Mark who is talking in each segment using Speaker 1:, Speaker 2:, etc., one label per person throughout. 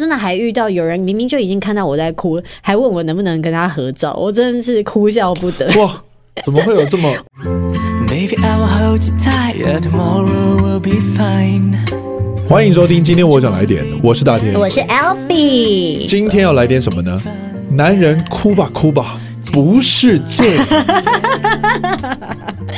Speaker 1: 真的还遇到有人明明就已经看到我在哭了，还问我能不能跟他合照，我真的是哭笑不得。
Speaker 2: 哇，怎么会有这么？
Speaker 3: Baby, I will hold you tight. Yeah, tomorrow will be fine.
Speaker 2: 欢迎收听，今天我想来点，我是大天，
Speaker 1: 我是 L B，
Speaker 2: 今天要来点什么呢？男人哭吧哭吧，不是 罪。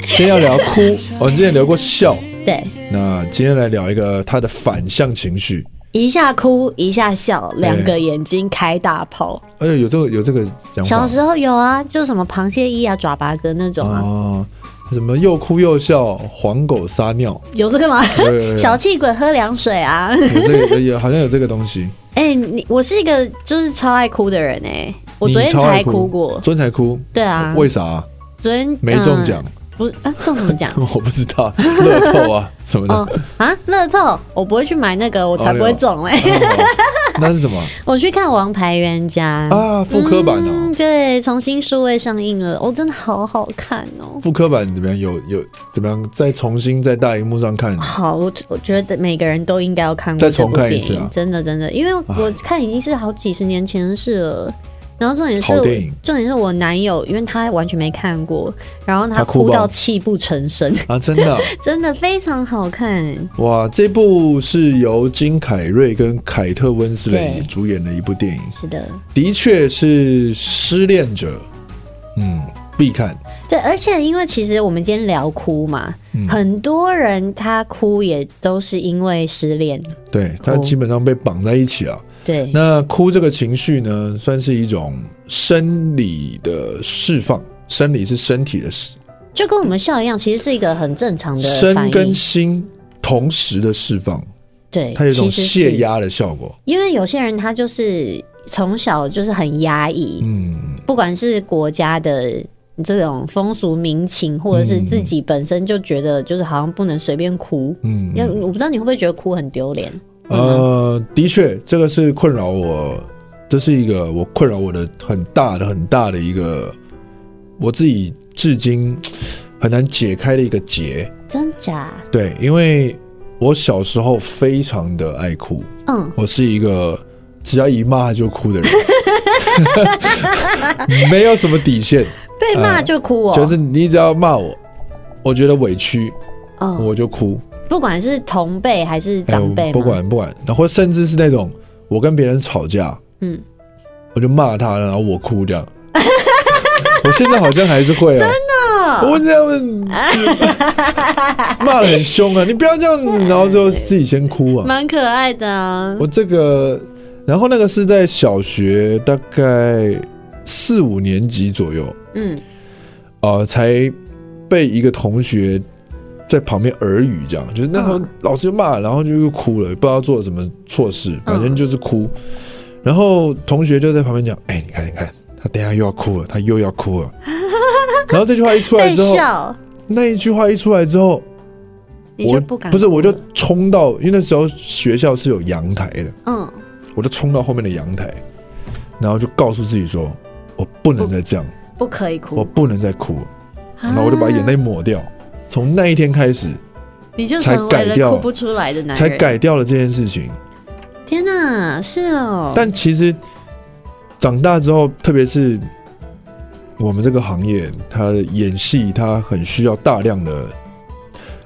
Speaker 2: 今天要聊哭，我们之前聊过笑，
Speaker 1: 对，
Speaker 2: 那今天来聊一个他的反向情绪。
Speaker 1: 一下哭一下笑，两个眼睛开大炮。
Speaker 2: 哎呦，有这个有这个想
Speaker 1: 小
Speaker 2: 法
Speaker 1: 时候有啊，就什么螃蟹衣啊、爪拔哥那种啊，
Speaker 2: 哦，什么又哭又笑，黄狗撒 尿，
Speaker 1: 有这个 吗？
Speaker 2: 有有有
Speaker 1: 小气鬼喝凉水啊！
Speaker 2: 有这个有有好像有这个东西。
Speaker 1: 哎、你我是一个就是超爱哭的人哎、我昨天
Speaker 2: 你超爱
Speaker 1: 才哭过。
Speaker 2: 昨天才哭，
Speaker 1: 对啊，
Speaker 2: 为啥？
Speaker 1: 昨天
Speaker 2: 没中奖？
Speaker 1: 嗯不是啊，中什么奖
Speaker 2: 我不知道，乐透啊什么的。
Speaker 1: 哦啊，乐透，我不会去买那个，我才不会中哎、
Speaker 2: 哦那是什么
Speaker 1: 我去看《王牌冤家》
Speaker 2: 啊？复刻版哦
Speaker 1: 嗯，，对，重新数位上映了，哦，真的好好看哦。
Speaker 2: 复刻版怎么样？有有怎么样？再重新在大荧幕上看，
Speaker 1: 好，我我觉得每个人都应该要看过
Speaker 2: 再
Speaker 1: 这
Speaker 2: 重
Speaker 1: 部
Speaker 2: 看
Speaker 1: 电
Speaker 2: 一次啊
Speaker 1: 影，真的真的，因为我看已经是好几十年前的事了。然后重点是
Speaker 2: 好电影，
Speaker 1: 重点是我男友，因为他完全没看过，然后
Speaker 2: 他
Speaker 1: 他
Speaker 2: 哭
Speaker 1: 哭
Speaker 2: 爆
Speaker 1: 到泣不成声，
Speaker 2: 啊，真的啊、
Speaker 1: 真的非常好看。
Speaker 2: 哇！这部是由金凯瑞跟凯特温斯雷
Speaker 1: 对
Speaker 2: 主演的一部电影，
Speaker 1: 是的，
Speaker 2: 的确是失恋者，嗯，必看。
Speaker 1: 对，而且因为其实我们今天聊哭嘛，
Speaker 2: 嗯
Speaker 1: 很多人他哭也都是因为失恋，
Speaker 2: 对，它
Speaker 1: 哦嗯
Speaker 2: 基本上被绑在一起啊。
Speaker 1: 对，
Speaker 2: 那哭这个情绪呢，算是一种生理的释放，生理是身体的释，
Speaker 1: 就跟我们笑一样，其实是一个很正常的反
Speaker 2: 身跟
Speaker 1: 应，
Speaker 2: 心同时的释放，
Speaker 1: 对，
Speaker 2: 它有一
Speaker 1: 其
Speaker 2: 种
Speaker 1: 实是
Speaker 2: 泄压的效果。
Speaker 1: 因为有些人他就是从小就是很压抑，
Speaker 2: 嗯，
Speaker 1: 不管是国家的这种风俗民情，或者是自己本身就觉得就是好像不能随便哭。
Speaker 2: 嗯
Speaker 1: 要我不知道你会不会觉得哭很丢脸？
Speaker 2: 呃，的确，这个是困扰我，这是一个我困扰我的很大的很大的一个，我自己至今很难解开的一个结。
Speaker 1: 真假？
Speaker 2: 对，因为我小时候非常的爱哭，
Speaker 1: 嗯，
Speaker 2: 我是一个只要一骂就哭的人， 没有什么底线，
Speaker 1: 被骂就哭哦、
Speaker 2: 就是你只要骂我，我觉得委屈
Speaker 1: 嗯，
Speaker 2: 我就哭，
Speaker 1: 不管是同辈还是
Speaker 2: 哎
Speaker 1: 长辈、
Speaker 2: 我不，管不管，然后甚至是那种我跟别人吵架，
Speaker 1: 嗯，
Speaker 2: 我就骂他，然后我哭这样。 我现在好像还是会哦、我这样子 骂的很凶啊！你不要这样，然后就自己先哭 啊。
Speaker 1: 蛮可爱的啊。
Speaker 2: 我这个，然后那个是在小学大概四五年级左右，
Speaker 1: 嗯，
Speaker 2: 呃，才被一个同学在旁边耳语，这样就是那时
Speaker 1: 嗯
Speaker 2: 候老师就骂，然后就又哭了，不知道做了什么错事，
Speaker 1: 嗯
Speaker 2: 反正就是哭。然后同学就在旁边讲：“哎、你看，你看，他等一下又要哭了，他又要 哭了。”然后这句话一出来
Speaker 1: 被
Speaker 2: 之后，
Speaker 1: 笑
Speaker 2: 那一句话一出来之后，
Speaker 1: 你就不敢
Speaker 2: 不是，
Speaker 1: 哭
Speaker 2: 我就
Speaker 1: 了
Speaker 2: 冲到，因为那时候学校是有阳台的，
Speaker 1: 嗯，
Speaker 2: 我就冲到后面的阳台，然后就告诉自己说：“我不能再这样，
Speaker 1: 不可以
Speaker 2: 我
Speaker 1: 哭。
Speaker 2: 不能再
Speaker 1: 啊
Speaker 2: 哭了。”然后我就把眼泪抹掉。从那一天开始，
Speaker 1: 啊你就
Speaker 2: 才
Speaker 1: 成
Speaker 2: 改
Speaker 1: 为了
Speaker 2: 掉
Speaker 1: 哭不出来的男
Speaker 2: 才
Speaker 1: 人。哦
Speaker 2: 改掉了这件事情。
Speaker 1: 天哪，是哦。
Speaker 2: 但其实长大之后，特别是我们这个行业，他演戏，他很需要大量的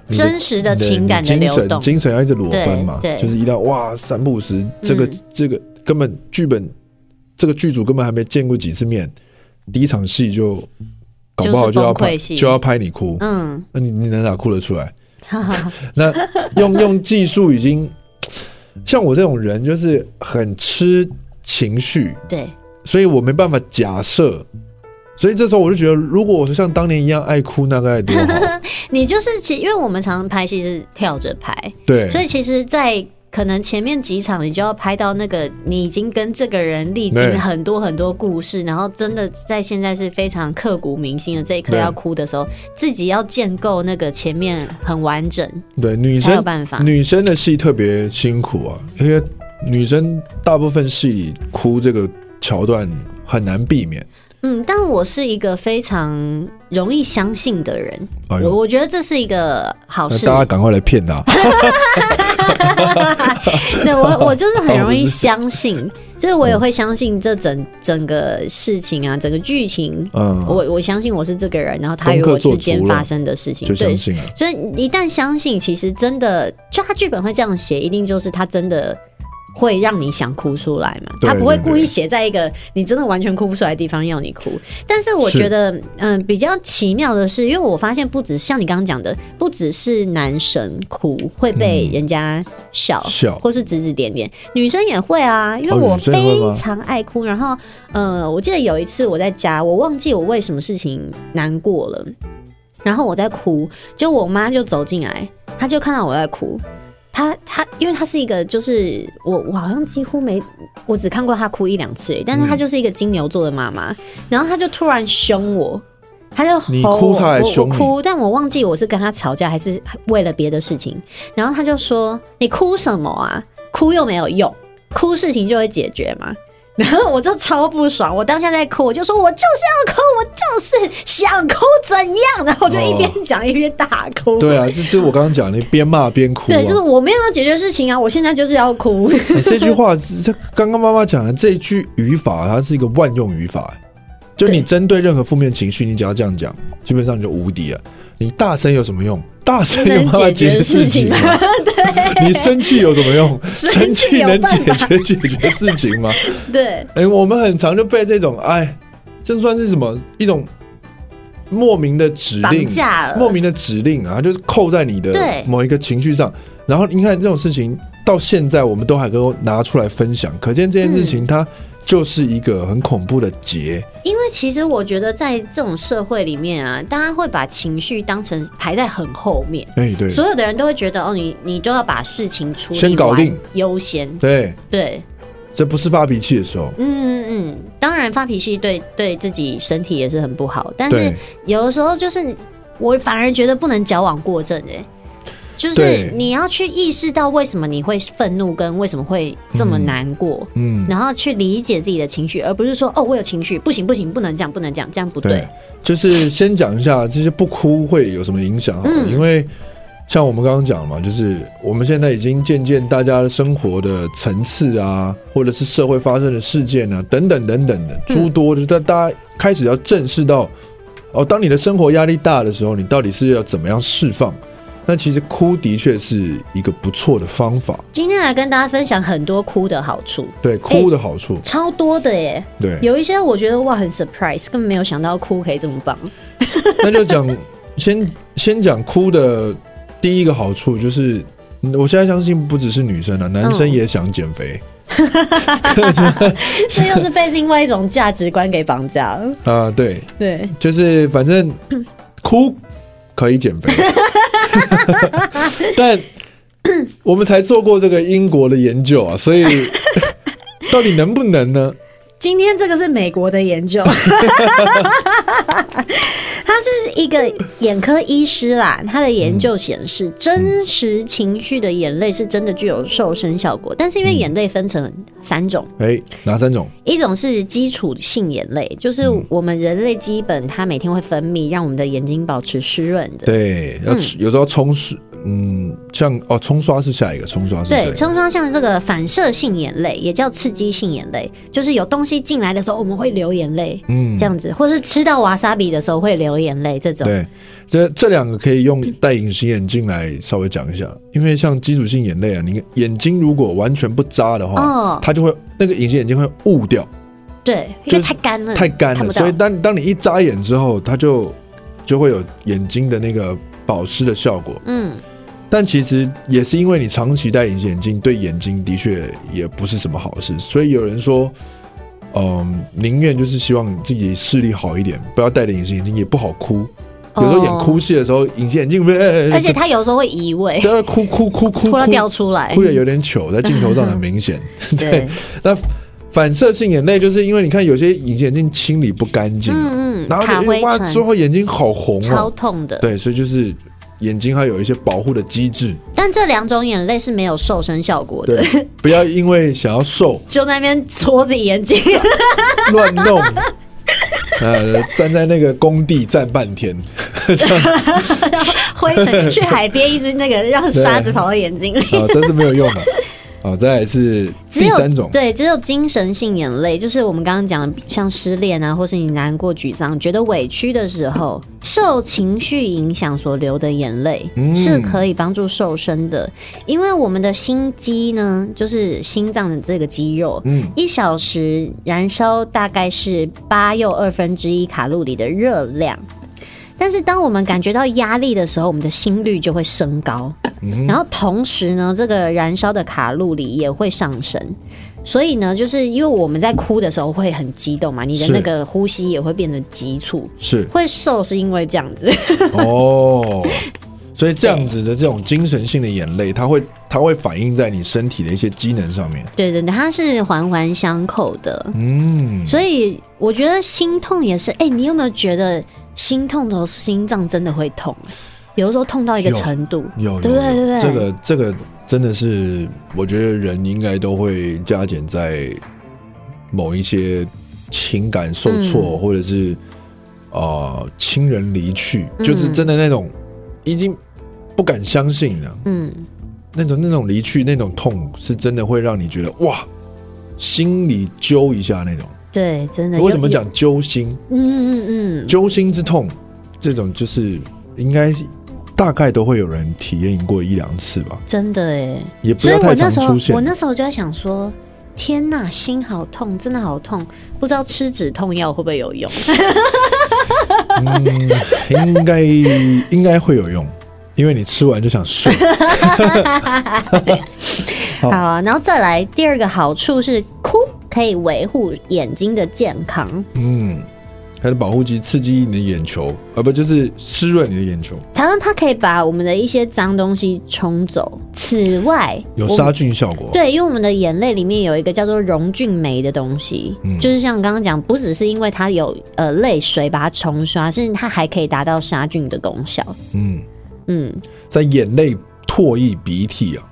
Speaker 2: 你
Speaker 1: 真实的
Speaker 2: 你的
Speaker 1: 情感的
Speaker 2: 你精
Speaker 1: 流
Speaker 2: 神，
Speaker 1: 动
Speaker 2: 精神要一直裸奔嘛，
Speaker 1: 对对
Speaker 2: 就是一定要哇三不五时，这个、
Speaker 1: 嗯
Speaker 2: 这个根本剧本，这个剧组根本还没见过几次面，第一场戏就搞不好
Speaker 1: 就是
Speaker 2: 就要
Speaker 1: 崩溃
Speaker 2: 拍
Speaker 1: 戏
Speaker 2: 就要拍你哭，
Speaker 1: 嗯，
Speaker 2: 那、你你能哪哭 得出来？
Speaker 1: 哈哈哈
Speaker 2: 那用用技术已经，像我这种人就是很吃情绪，
Speaker 1: 对，
Speaker 2: 所以我没办法假设。所以这时候我就觉得，如果我是像当年一样爱哭，那该多好。
Speaker 1: 你就是其，因为我们常常拍戏是跳着拍，
Speaker 2: 对，
Speaker 1: 所以其实，在可能前面几场你就要拍到那个你已经跟这个人历经
Speaker 2: 对
Speaker 1: 很多很多故事，然后真的在现在是非常刻骨铭心的这一刻
Speaker 2: 对
Speaker 1: 要哭的时候，自己要建构那个前面很完整，
Speaker 2: 对女
Speaker 1: 才有
Speaker 2: 生
Speaker 1: 办法
Speaker 2: 女生的戏特别辛苦啊，因为女生大部分戏哭这个桥段很难避免。
Speaker 1: 嗯，但我是一个非常容易相信的人，
Speaker 2: 哎
Speaker 1: 我
Speaker 2: 呦，
Speaker 1: 我觉得这是一个呃好
Speaker 2: 那
Speaker 1: 事。
Speaker 2: 大家赶快来骗他，
Speaker 1: 对我，我就是很容易相
Speaker 2: 哦
Speaker 1: 信，就是我也会相信这整整个事情啊，整个剧情。
Speaker 2: 嗯，
Speaker 1: 我我相信我是这个人，然后他与
Speaker 2: 功课
Speaker 1: 我
Speaker 2: 做
Speaker 1: 之间
Speaker 2: 足了
Speaker 1: 发生的事情，
Speaker 2: 就
Speaker 1: 对
Speaker 2: 相，信了。
Speaker 1: 所以一旦相信，其实真的就他剧本会这样写，一定就是他真的会让你想哭出来嘛。
Speaker 2: 对
Speaker 1: 他不会
Speaker 2: 对
Speaker 1: 故意
Speaker 2: 对
Speaker 1: 写在一个你真的完全哭不出来的地方要你哭。但是我
Speaker 2: 是
Speaker 1: 觉得，嗯，比较奇妙的是，因为我发现不只像你刚刚讲的，不只是男神哭会被人家笑，
Speaker 2: 嗯笑
Speaker 1: 或是指指点点，女生也会啊。因为
Speaker 2: 哦
Speaker 1: 我
Speaker 2: 女生会吗
Speaker 1: 非常爱哭，然后呃，我记得有一次我在家，我忘记我为什么事情难过了，然后我在哭，结果我妈就走进来，她就看到我在哭。她她，因为她是一个，就是我我好像几乎没，我只看过她哭一两次而已，但
Speaker 2: 嗯
Speaker 1: 是她就是一个金牛座的妈妈，然后她就突然凶我，她就吼
Speaker 2: 你
Speaker 1: 我，
Speaker 2: 哭她还
Speaker 1: 我我
Speaker 2: 凶你
Speaker 1: 哭，但我忘记我是跟她吵架还是为了别的事情，然后她就说你哭什么啊，哭又没有用，哭事情就会解决嘛，然后我就超不爽，我当下在哭，我就说我就是要哭，我就是想哭，怎样？然后我就一边讲一边大哭。
Speaker 2: 哦对啊，这是我刚刚讲的，边骂边哭、啊。
Speaker 1: 对，就是我没有要解决事情啊，我现在就是要 哭。
Speaker 2: 哎这句话是，这刚刚妈妈讲的这句语法，它是一个万用语法，哎就你
Speaker 1: 对
Speaker 2: 针对任何负面情绪，你只要这样讲，基本上你就无敌了。你大声有什么用？大声有办法解决事情吗？ 你生气有什么用？ 生气能解决解决事情吗？
Speaker 1: 对，
Speaker 2: 哎、我们很常就被这种哎，这算是什么一种莫名的指
Speaker 1: 绑
Speaker 2: 令，
Speaker 1: 架了
Speaker 2: 莫名的指令啊，就是扣在你的
Speaker 1: 对
Speaker 2: 某一个情绪上。然后你看这种事情，到现在我们都还能够拿出来分享，可见这件事情它就是一个很恐怖的结。
Speaker 1: 因为其实我觉得在这种社会里面啊，大家会把情绪当成排在很后面，
Speaker 2: 哎、对
Speaker 1: 所有的人都会觉得哦，你你都要把事情处理
Speaker 2: 先搞
Speaker 1: 完
Speaker 2: 定
Speaker 1: 优先。
Speaker 2: 对，
Speaker 1: 对，
Speaker 2: 这不是发脾气的时候，
Speaker 1: 嗯嗯嗯，当然发脾气对对自己身体也是很不好，但是
Speaker 2: 对
Speaker 1: 有的时候就是我反而觉得不能矫枉过正哎、就是
Speaker 2: 对
Speaker 1: 你要去意识到为什么你会愤怒，跟为什么会这么难过，
Speaker 2: 嗯，
Speaker 1: 然后去理解自己的情绪，而不是说哦我有情绪，不行不行，不能这样，不能这样，这样不对。
Speaker 2: 对，就是先讲一下这些不哭会有什么影响好了，啊
Speaker 1: 嗯
Speaker 2: 因为像我们刚刚讲嘛，就是我们现在已经渐渐大家的生活的层次啊，或者是社会发生的事件啊，等等等等的
Speaker 1: 嗯
Speaker 2: 诸多，就是大家开始要正视到，哦，当你的生活压力大的时候，你到底是要怎么样释放？那其实哭的确是一个不错的方法，
Speaker 1: 今天来跟大家分享很多哭的好处，
Speaker 2: 对哭的好处，
Speaker 1: 超多的耶，
Speaker 2: 对，
Speaker 1: 有一些我觉得哇很 surprise，根本没有想到哭可以这么棒。
Speaker 2: 那就讲先先讲哭的第一个好处就是，嗯我现在相信不只是女生了、啊男生也想减肥
Speaker 1: 这又是被另外一种价值观给绑架了。
Speaker 2: 啊、 对，
Speaker 1: 对，
Speaker 2: 就是反正哭可以减肥， 但我们才做过这个英国的研究啊，所以到底能不能呢？
Speaker 1: 今天这个是美国的研究， 他这是一个眼科医师啦，他的研究显示，
Speaker 2: 嗯
Speaker 1: 真实情绪的眼泪是真的具有瘦身效果，但是因为眼泪分成三种，
Speaker 2: 哎、哪三种？
Speaker 1: 一种是基础性眼泪，就是
Speaker 2: 嗯
Speaker 1: 我们人类基本它每天会分泌，让我们的眼睛保持湿润的。
Speaker 2: 对，要、有时候冲刷，嗯，像哦，冲刷是下一个，冲刷是下一
Speaker 1: 对，
Speaker 2: 个，
Speaker 1: 冲刷像这个反射性眼泪，也叫刺激性眼泪，就是有东西进来的时候，我们会流眼泪，
Speaker 2: 嗯
Speaker 1: 这样子，或是吃到瓦萨比的时候会流眼泪，这种。
Speaker 2: 对，这这两个可以用戴隐形眼镜来稍微讲一下，因为像基础性眼泪啊，你眼睛如果完全不扎的话，
Speaker 1: 哦
Speaker 2: 它就会那个隐形眼镜会雾掉，
Speaker 1: 对，因
Speaker 2: 就
Speaker 1: 为
Speaker 2: 是
Speaker 1: 太干了，
Speaker 2: 太干
Speaker 1: 嗯看不
Speaker 2: 了，
Speaker 1: 到
Speaker 2: 所以当当你一眨眼之后，它就就会有眼睛的那个保湿的效果。
Speaker 1: 嗯，
Speaker 2: 但其实也是因为你长期戴隐形眼镜，对眼睛的确也不是什么好事，所以有人说。嗯，宁愿就是希望自己视力好一点，不要戴着隐形眼镜，也不好哭。有时候演哭戏的时候，隐形眼镜，
Speaker 1: 哦而且他有时候会移位，
Speaker 2: 哎都要哭哭哭啊哭
Speaker 1: 哭到掉嗯
Speaker 2: 哭，
Speaker 1: 出来
Speaker 2: 哭。的有点糗，在镜头上很明显。
Speaker 1: 对，
Speaker 2: 那反射性眼泪就是因为你看有些隐形眼镜清理不干净，
Speaker 1: 嗯嗯，
Speaker 2: 然
Speaker 1: 卡
Speaker 2: 后
Speaker 1: 灰
Speaker 2: 你哇之
Speaker 1: 尘，
Speaker 2: 后眼睛好 红
Speaker 1: 超
Speaker 2: 哦，
Speaker 1: 痛的。
Speaker 2: 对，所以就是眼睛还有一些保护的机制，
Speaker 1: 但这两种眼泪是没有瘦身效果 的，
Speaker 2: 对，不要因为想要瘦
Speaker 1: 就那边戳自己眼睛。
Speaker 2: 乱弄。 呃，站在那个工地站半天，
Speaker 1: 然后灰 尘去海边，一直那个让沙子跑到眼睛里。
Speaker 2: 啊，这是没有用的。啊，再来是
Speaker 1: 只
Speaker 2: 第
Speaker 1: 有
Speaker 2: 三种，
Speaker 1: 对，只有精神性眼泪，就是我们刚刚讲的，像失恋啊，或是你难过、沮丧、觉得委屈的时候，受情绪影响所流的眼泪、
Speaker 2: 嗯
Speaker 1: 是可以帮助瘦身的。因为我们的心肌呢，就是心脏的这个肌肉，
Speaker 2: 嗯
Speaker 1: 一小时燃烧大概是八又二分之一卡路里的热量。但是当我们感觉到压力的时候，我们的心率就会升高，
Speaker 2: 嗯
Speaker 1: 然后同时呢，这个燃烧的卡路里也会上升。所以呢，就是因为我们在哭的时候会很激动嘛，你的
Speaker 2: 是
Speaker 1: 那个呼吸也会变得急促，
Speaker 2: 是
Speaker 1: 会瘦是因为这样 子。
Speaker 2: 哦，所以这样子的这种精神性的眼泪，它会它会反映在你身体的一些机能上面。
Speaker 1: 对对对，它是环环相扣的。
Speaker 2: 嗯，
Speaker 1: 所以我觉得心痛也是，哎、你有没有觉得心痛的时候心脏真的会痛？有的时候痛到一个
Speaker 2: 有
Speaker 1: 程度，
Speaker 2: 有有
Speaker 1: 对不对？对
Speaker 2: 有
Speaker 1: 不对？
Speaker 2: 这个这个真的是，我觉得人应该都会加减在某一些情感受
Speaker 1: 嗯
Speaker 2: 挫，或者是呃亲人离去，
Speaker 1: 嗯
Speaker 2: 就是真的那种已经不敢相信了。
Speaker 1: 嗯，
Speaker 2: 那种那种离去那种痛，是真的会让你觉得哇，心里揪一下那种。
Speaker 1: 对，真的。
Speaker 2: 为什么
Speaker 1: 有？
Speaker 2: 讲揪心？
Speaker 1: 有嗯嗯嗯，
Speaker 2: 揪心之痛，这种就是应该大概都会有人体验过一两次吧，
Speaker 1: 真的哎。
Speaker 2: 也不
Speaker 1: 所以
Speaker 2: 要
Speaker 1: 我
Speaker 2: 太
Speaker 1: 那
Speaker 2: 常
Speaker 1: 时
Speaker 2: 出
Speaker 1: 候，
Speaker 2: 现
Speaker 1: 我。那时候就在想说。天呐，心好痛，真的好痛，不知道吃止痛药会不会有用？
Speaker 2: 嗯， 应该应该会有用，因为你吃完就 想睡。
Speaker 1: 好啊，然后再来第二个好处是哭可以维护眼睛的健康，
Speaker 2: 嗯，它的保护肌刺激你的眼球，而不就是湿润你的眼球，
Speaker 1: 它让它可以把我们的一些脏东西冲走。此外，
Speaker 2: 有
Speaker 1: 我
Speaker 2: 杀菌效果。
Speaker 1: 对，因为我们的眼泪里面有一个叫做溶菌酶的东西，
Speaker 2: 嗯
Speaker 1: 就是像刚刚讲，不只是因为它有呃泪水把它冲刷，甚至它还可以达到杀菌的功效。
Speaker 2: 嗯。
Speaker 1: 嗯，
Speaker 2: 在眼泪、唾液、鼻涕啊，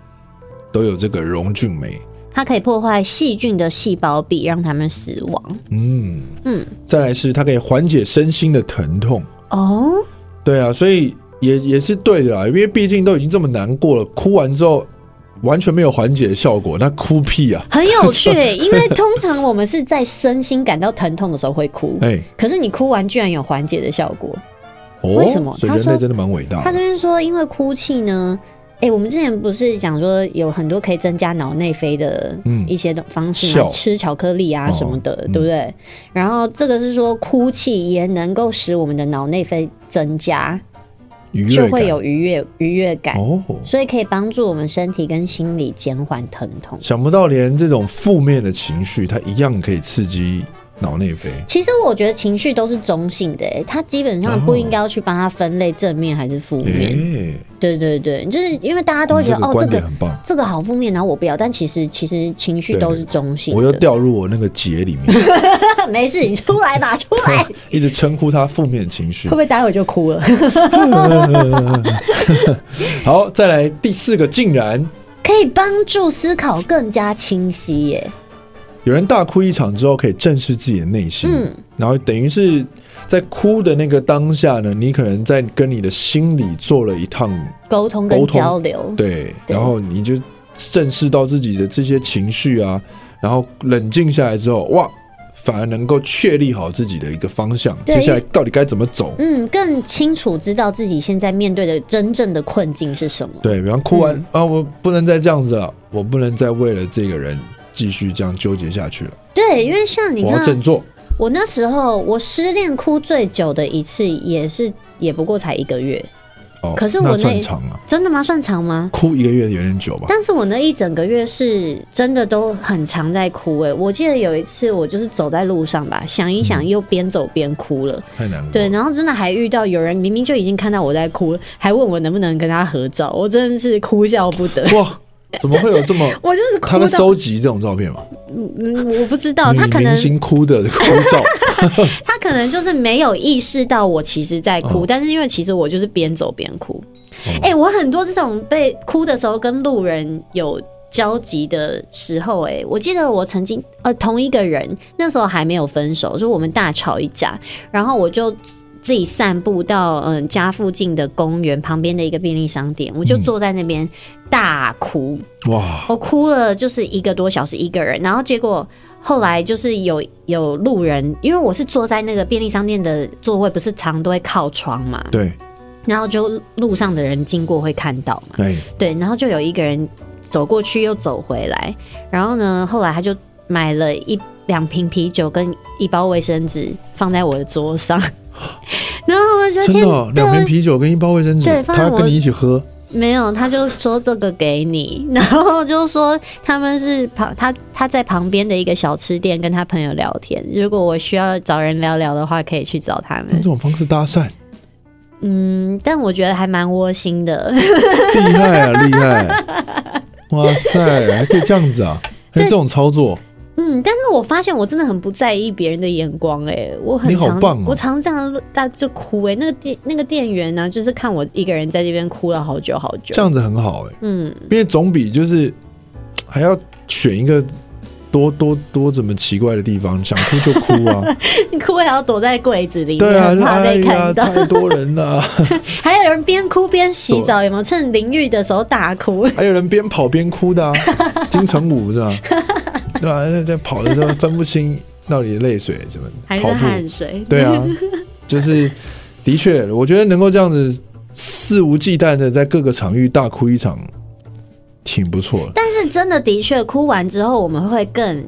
Speaker 2: 都有这个溶菌酶。
Speaker 1: 它可以破坏细菌的细胞壁，让它们死亡。
Speaker 2: 嗯
Speaker 1: 嗯，
Speaker 2: 再来是它可以缓解身心的疼痛。
Speaker 1: 哦，
Speaker 2: 对啊，所以也也是对的啦，啊因为毕竟都已经这么难过了，哭完之后完全没有缓解的效果，那哭屁啊！
Speaker 1: 很有 趣耶，因为通常我们是在身心感到疼痛的时候会 哭，
Speaker 2: 哎、
Speaker 1: 可是你哭完居然有缓解的效果。
Speaker 2: 哦，
Speaker 1: 为什么
Speaker 2: 所以
Speaker 1: 他
Speaker 2: 人
Speaker 1: 说
Speaker 2: 类真的蛮伟大
Speaker 1: 他这
Speaker 2: 的。
Speaker 1: 边说，因为哭泣呢，哎、我们之前不是讲说有很多可以增加脑内啡的
Speaker 2: 嗯
Speaker 1: 一些的方式嘛，
Speaker 2: 笑
Speaker 1: 吃巧克力啊
Speaker 2: 哦
Speaker 1: 什么的，
Speaker 2: 嗯
Speaker 1: 对不对？然后这个是说哭泣也能够使我们的脑内啡增加，
Speaker 2: 愉
Speaker 1: 就
Speaker 2: 悦
Speaker 1: 会
Speaker 2: 感
Speaker 1: 有愉悦愉悦感。
Speaker 2: 哦，
Speaker 1: 所以可以帮助我们身体跟心理减缓疼痛。
Speaker 2: 想不到连这种负面的情绪，它一样可以刺激脑内啡。
Speaker 1: 其实我觉得情绪都是中性的、哎，它基本上不应该要去帮它分类正面还是负
Speaker 2: 哎、
Speaker 1: 面。对对对，就是因为大家都会
Speaker 2: 你
Speaker 1: 觉
Speaker 2: 这
Speaker 1: 得、哦，这
Speaker 2: 个观
Speaker 1: 个
Speaker 2: 点很棒，
Speaker 1: 这个好负面，然后我不要。但其实其实情绪都是中性的。
Speaker 2: 我又掉入我那个结里面。
Speaker 1: 没事，你出来吧，出来。 会
Speaker 2: 一直称呼他负面情绪
Speaker 1: 不。会待会就哭了？
Speaker 2: 好，再来第四个，竟然
Speaker 1: 可以帮助思考更加清晰耶。
Speaker 2: 有人大哭一场之后，可以正视自己的内心，
Speaker 1: 嗯
Speaker 2: 然后等于是在哭的那个当下呢，你可能在跟你的心理做了一趟
Speaker 1: 沟通
Speaker 2: 沟
Speaker 1: 跟
Speaker 2: 通
Speaker 1: 交流，
Speaker 2: 对，
Speaker 1: 哦对
Speaker 2: 然后你就正视到自己的这些情绪啊，然后冷静下来之后，哇，反而能够确立好自己的一个方向，
Speaker 1: 对
Speaker 2: 接下来
Speaker 1: 因
Speaker 2: 到底该怎么走。
Speaker 1: 嗯，更清楚知道自己现在面对的真正的困境是什么。
Speaker 2: 对，比方哭完、
Speaker 1: 嗯
Speaker 2: 啊，我不能再这样子了，我不能再为了这个人继续这样纠结下去了。
Speaker 1: 对，因为像你
Speaker 2: 我要
Speaker 1: 看，啊
Speaker 2: 振作。
Speaker 1: 我那时候我失恋哭最久的一次，也是也不过才一个月。
Speaker 2: 哦，
Speaker 1: 可是我那
Speaker 2: 算长了，
Speaker 1: 真的吗？算长吗？
Speaker 2: 哭一个月有点久吧？
Speaker 1: 但是我那一整个月是真的都很常在哭诶、我记得有一次我就是走在路上吧，想一
Speaker 2: 嗯
Speaker 1: 想又边走边哭了，
Speaker 2: 太难过。
Speaker 1: 对，，然后真的还遇到有人明明就已经看到我在哭了，还问我能不能跟他合照，我真的是哭笑不 得。？
Speaker 2: 哇，怎么会有这么
Speaker 1: 我就是
Speaker 2: 他
Speaker 1: 哭
Speaker 2: 在
Speaker 1: 到，
Speaker 2: 收集这种照片嘛？
Speaker 1: 嗯，我不知道，他
Speaker 2: 女
Speaker 1: 可
Speaker 2: 明
Speaker 1: 能
Speaker 2: 星哭的哭 照，
Speaker 1: 他可能就是没有意识到我其实在哭，
Speaker 2: 嗯
Speaker 1: 但是因为其实我就是边走边哭。
Speaker 2: 哦
Speaker 1: 哎、我很多这种被哭的时候跟路人有交集的时候、欸，哎，我记得我曾经呃同一个人，那时候还没有分手，就我们大吵一架，然后我就。自己散步到嗯家附近的公园旁边的一个便利商店，我就
Speaker 2: 嗯
Speaker 1: 坐在那边大哭，
Speaker 2: 哇，
Speaker 1: 我哦哭了就是一个多小时一个人，然后结果后来就是有有路人，因为我是坐在那个便利商店的座位，不是常都会靠窗嘛，
Speaker 2: 对，
Speaker 1: 然后就路上的人经过会看到嘛，
Speaker 2: 哎，
Speaker 1: 对，然后就有一个人走过去又走回来，然后呢，后来他就买了一两瓶啤酒跟一包卫生纸放在我的桌上，然后我就觉得
Speaker 2: 真
Speaker 1: 天
Speaker 2: 的哦，
Speaker 1: 对
Speaker 2: 两瓶
Speaker 1: 我
Speaker 2: 啤酒跟一包卫生纸
Speaker 1: 对，放在
Speaker 2: 他
Speaker 1: 我
Speaker 2: 跟你一起喝，
Speaker 1: 没有，他就说这个给你， 然后就说他们是旁他他在旁边的一个小吃店跟他朋友聊天，如果我需要找人聊聊的话，可以去找他
Speaker 2: 用
Speaker 1: 们
Speaker 2: 这。种方式搭讪，
Speaker 1: 嗯，但我觉得还蛮窝心的，
Speaker 2: 厉害啊，厉害！哇塞，还可以这样子啊！还有
Speaker 1: 对
Speaker 2: 这种操作，
Speaker 1: 嗯，但是我发现我真的很不在意别人的眼光、哎，我很
Speaker 2: 你好
Speaker 1: 常
Speaker 2: 棒哦
Speaker 1: 我常这样大就哭、哎，那个店那个店员呢、就是看我一个人在这边哭了好久好久，
Speaker 2: 这样子很好哎、
Speaker 1: 嗯，
Speaker 2: 因为总比就是嘖还要选一个多多多怎么奇怪的地方，想哭就哭 啊！
Speaker 1: 你哭还要躲在柜子里面，
Speaker 2: 对啊，
Speaker 1: 很
Speaker 2: 就
Speaker 1: 怕
Speaker 2: 哎
Speaker 1: 被
Speaker 2: 呀，
Speaker 1: 看到，
Speaker 2: 太多人了、啊
Speaker 1: 还有人边哭边洗澡，有没有？趁淋浴的时候大哭。
Speaker 2: 还有人边跑边哭 的啊，金城武是吧？对啊，在在跑的时候分不清到底泪水什么
Speaker 1: 还是
Speaker 2: 跑步，
Speaker 1: 汗水，
Speaker 2: 对啊，就是的确，我觉得能够这样子肆无忌惮的在各个场域大哭一场，挺不错的，
Speaker 1: 但是真的的确，哭完之后我们会更，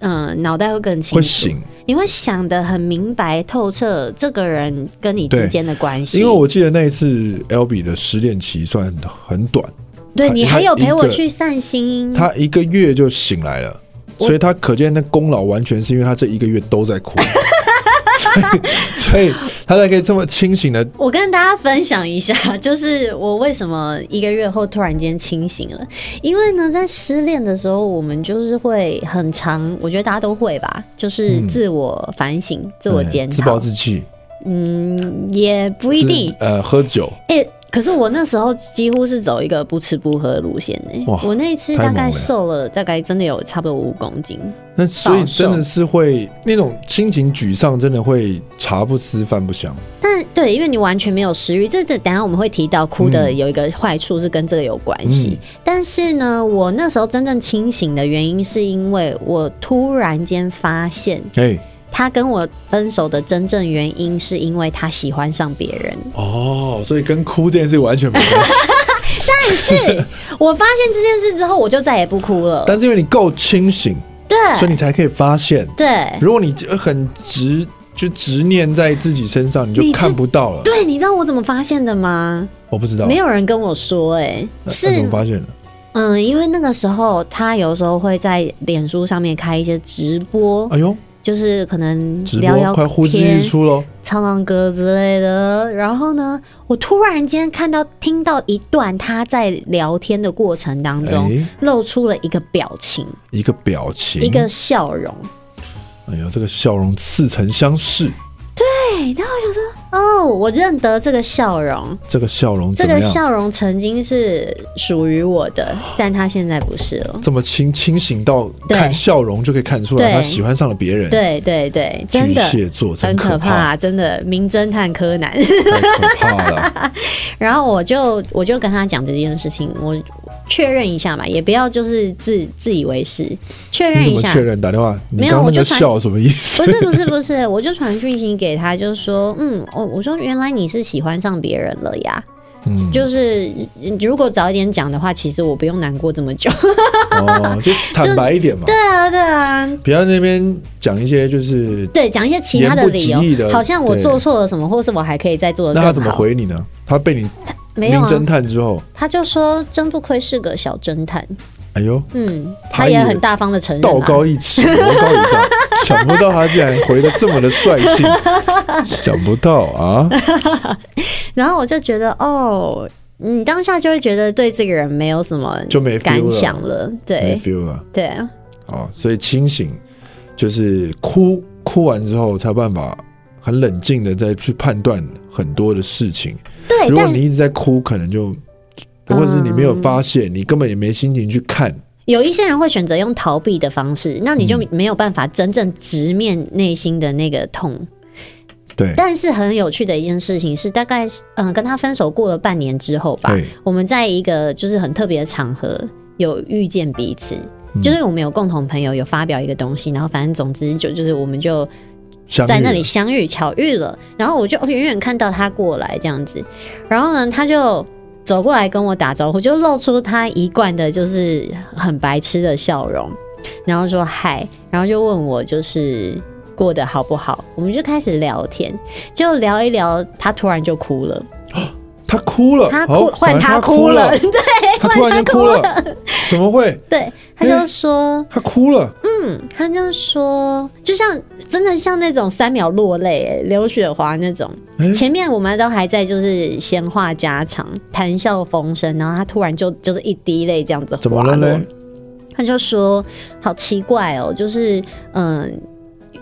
Speaker 1: 嗯、脑袋会更清楚，
Speaker 2: 会醒。
Speaker 1: 你会想的很明白透彻，这个人跟你之
Speaker 2: 对
Speaker 1: 间的关系。
Speaker 2: 因为我记得那一次 L B 的失恋期算很短，
Speaker 1: 对
Speaker 2: 他
Speaker 1: 你
Speaker 2: 他
Speaker 1: 还有
Speaker 2: 一
Speaker 1: 陪我
Speaker 2: 个
Speaker 1: 去散心，
Speaker 2: 他一个月就醒来了，
Speaker 1: 嗯我
Speaker 2: 所以他可见那功劳完全是因为他这一个月都 在哭，所以所以他才可以这么清醒的
Speaker 1: 我跟大家分享一下， 就是我为什么一个月后突然间清醒了。因为呢，在失恋的时候，我们就是会很长，我觉得大家都会吧，就是
Speaker 2: 嗯
Speaker 1: 自我反省、自我检
Speaker 2: 自
Speaker 1: 讨
Speaker 2: 暴。自弃，
Speaker 1: 嗯，也不一定
Speaker 2: 自。呃喝酒，
Speaker 1: 哎、可是我那时候几乎是走一个不吃不喝的路线哎、
Speaker 2: 哇
Speaker 1: 我那一次
Speaker 2: 太
Speaker 1: 大
Speaker 2: 猛
Speaker 1: 概
Speaker 2: 了
Speaker 1: 瘦了，大概真的有差不多五公斤。
Speaker 2: 那所以
Speaker 1: 暴瘦
Speaker 2: 真的是会那种心情沮丧，真的会茶不思饭不想。
Speaker 1: 但对，因为你完全没有食欲，这这等一下我们会提到哭的有一个坏处是跟这个有关系。
Speaker 2: 嗯
Speaker 1: 但是呢，我那时候真正清醒的原因是因为我突然间发现，
Speaker 2: 哎、
Speaker 1: 他跟我分手的真正原因是因为他喜欢上别 人。
Speaker 2: 哦，所以跟哭这件事完全没关系。
Speaker 1: 但是我发现这件事之后，我就再也不哭了。
Speaker 2: 但是因为你够清醒，所
Speaker 1: 对
Speaker 2: 以你才可以发现。
Speaker 1: 对
Speaker 2: 如果你很执，就执念在自己身上，你就
Speaker 1: 你知
Speaker 2: 看不到了。
Speaker 1: 对，你知道我怎么发现的吗？
Speaker 2: 我不知道，
Speaker 1: 没有人跟我说、哎，
Speaker 2: 哦那那
Speaker 1: 是
Speaker 2: 怎么发现的？
Speaker 1: 嗯，因为那个时候他有时候会在脸书上面开一些直播。
Speaker 2: 哎呦，
Speaker 1: 就是可能
Speaker 2: 直
Speaker 1: 聊
Speaker 2: 播
Speaker 1: 聊
Speaker 2: 快呼之
Speaker 1: 天
Speaker 2: 欲、出喽！
Speaker 1: 唱唱歌之类的。然后呢，我突然间看到、听到一段他在聊天的过程当中，
Speaker 2: 哎
Speaker 1: 露出了一个表情，
Speaker 2: 一个表情，
Speaker 1: 一个笑容。
Speaker 2: 哎呦，这个笑容似曾相识，
Speaker 1: 对，然后我想说，哦，我认得这个笑容，
Speaker 2: 这个笑容
Speaker 1: 这
Speaker 2: 怎么
Speaker 1: 个
Speaker 2: 样？
Speaker 1: 笑容曾经是属于我的，但他现在不是了。
Speaker 2: 这么清清醒到
Speaker 1: 对
Speaker 2: 看笑容就可以看出来，
Speaker 1: 对
Speaker 2: 他喜欢上了别人。
Speaker 1: 对对对，真
Speaker 2: 巨
Speaker 1: 的。
Speaker 2: 蟹座真
Speaker 1: 很可
Speaker 2: 怕，
Speaker 1: 怕，真的名侦探柯南。
Speaker 2: 太可怕了。
Speaker 1: 然后我就我就跟他讲这件事情，我确认一下嘛，也不要就是自自以为是，确认一
Speaker 2: 你怎么
Speaker 1: 下
Speaker 2: 确。认？打电话？你
Speaker 1: 没有
Speaker 2: 刚刚
Speaker 1: 我
Speaker 2: 那
Speaker 1: 就
Speaker 2: 个
Speaker 1: 传
Speaker 2: 笑什么意思
Speaker 1: 不？是不是不是， 我就传讯息给他，就说，嗯，我我说原来你是喜欢上别人了呀，
Speaker 2: 嗯，
Speaker 1: 就是嗯如果早一点讲的话，其实我不用难过这么 久。
Speaker 2: 哦，就坦白一点嘛，
Speaker 1: 对啊对啊，
Speaker 2: 不要那边讲一些就是，
Speaker 1: 对，讲一些其他的理
Speaker 2: 言不及义
Speaker 1: 由，
Speaker 2: 的
Speaker 1: 好像我
Speaker 2: 对
Speaker 1: 做错了什么，或是我还可以再做的
Speaker 2: 那
Speaker 1: 更好。
Speaker 2: 他怎么？回你呢？他被你
Speaker 1: 没
Speaker 2: 名
Speaker 1: 有啊
Speaker 2: 侦，探之后，
Speaker 1: 他就说真不愧是个小侦探，
Speaker 2: 哎呦，
Speaker 1: 嗯，
Speaker 2: 他
Speaker 1: 他也
Speaker 2: 也
Speaker 1: 很大方的承认、啊，
Speaker 2: 道高 一尺，魔高一丈，想不到他竟然回的这么的率 性，想不到啊，
Speaker 1: 然后我就觉得，哦，你当下就会觉得对这个人没有什么
Speaker 2: 就没 feel
Speaker 1: 感
Speaker 2: 了
Speaker 1: 想了，
Speaker 2: 没
Speaker 1: 对
Speaker 2: feel 了。
Speaker 1: 对啊，
Speaker 2: 哦，所以清醒就是哭哭完之后才有办法很冷静的再去判断很多的事情。
Speaker 1: 对，
Speaker 2: 如果
Speaker 1: 哎但嗯
Speaker 2: 你一直在哭，可能就，或者是你没有发现，你根本也没心情去看，
Speaker 1: 有一些人会选择用逃避的方式，那你就
Speaker 2: 嗯
Speaker 1: 没有办法真正直面内心的那个痛。
Speaker 2: 对，
Speaker 1: 但是很有趣的一件事情是，大概嗯、呃跟他分手过了半年之后吧
Speaker 2: 对，
Speaker 1: 我们在一个就是很特别的场合有遇见彼此，
Speaker 2: 嗯
Speaker 1: 就是我们有共同朋友有发表一个东西，然后反正总之就就是我们就
Speaker 2: 相遇
Speaker 1: 在那
Speaker 2: 了
Speaker 1: 里相遇巧遇了，然后我就哦远远看到他过来这样子，然后呢他就。走过来跟我打招呼，就露出他一贯的就是很白痴的笑容，然后说嗨，然后就问我就是过得好不好，我们就开始聊天，就聊一聊，他突然就哭了，
Speaker 2: 他哭了，
Speaker 1: 他
Speaker 2: 好
Speaker 1: 哭换
Speaker 2: 反
Speaker 1: 他
Speaker 2: 他
Speaker 1: 哭了，
Speaker 2: 了，
Speaker 1: 对
Speaker 2: 他突然就哭了，怎么会？
Speaker 1: 对，他就说，
Speaker 2: 他哭 了，
Speaker 1: 嗯，他就说，就像真的像那种三秒落泪、哎刘雪华那种，
Speaker 2: 哎
Speaker 1: 前面我们都还在就是闲话家常、谈笑风生，然后他突然就就是一滴泪这样子
Speaker 2: 怎么
Speaker 1: 滑
Speaker 2: 了
Speaker 1: 落
Speaker 2: 嘞？
Speaker 1: 他就说：“好奇怪哦，就是嗯，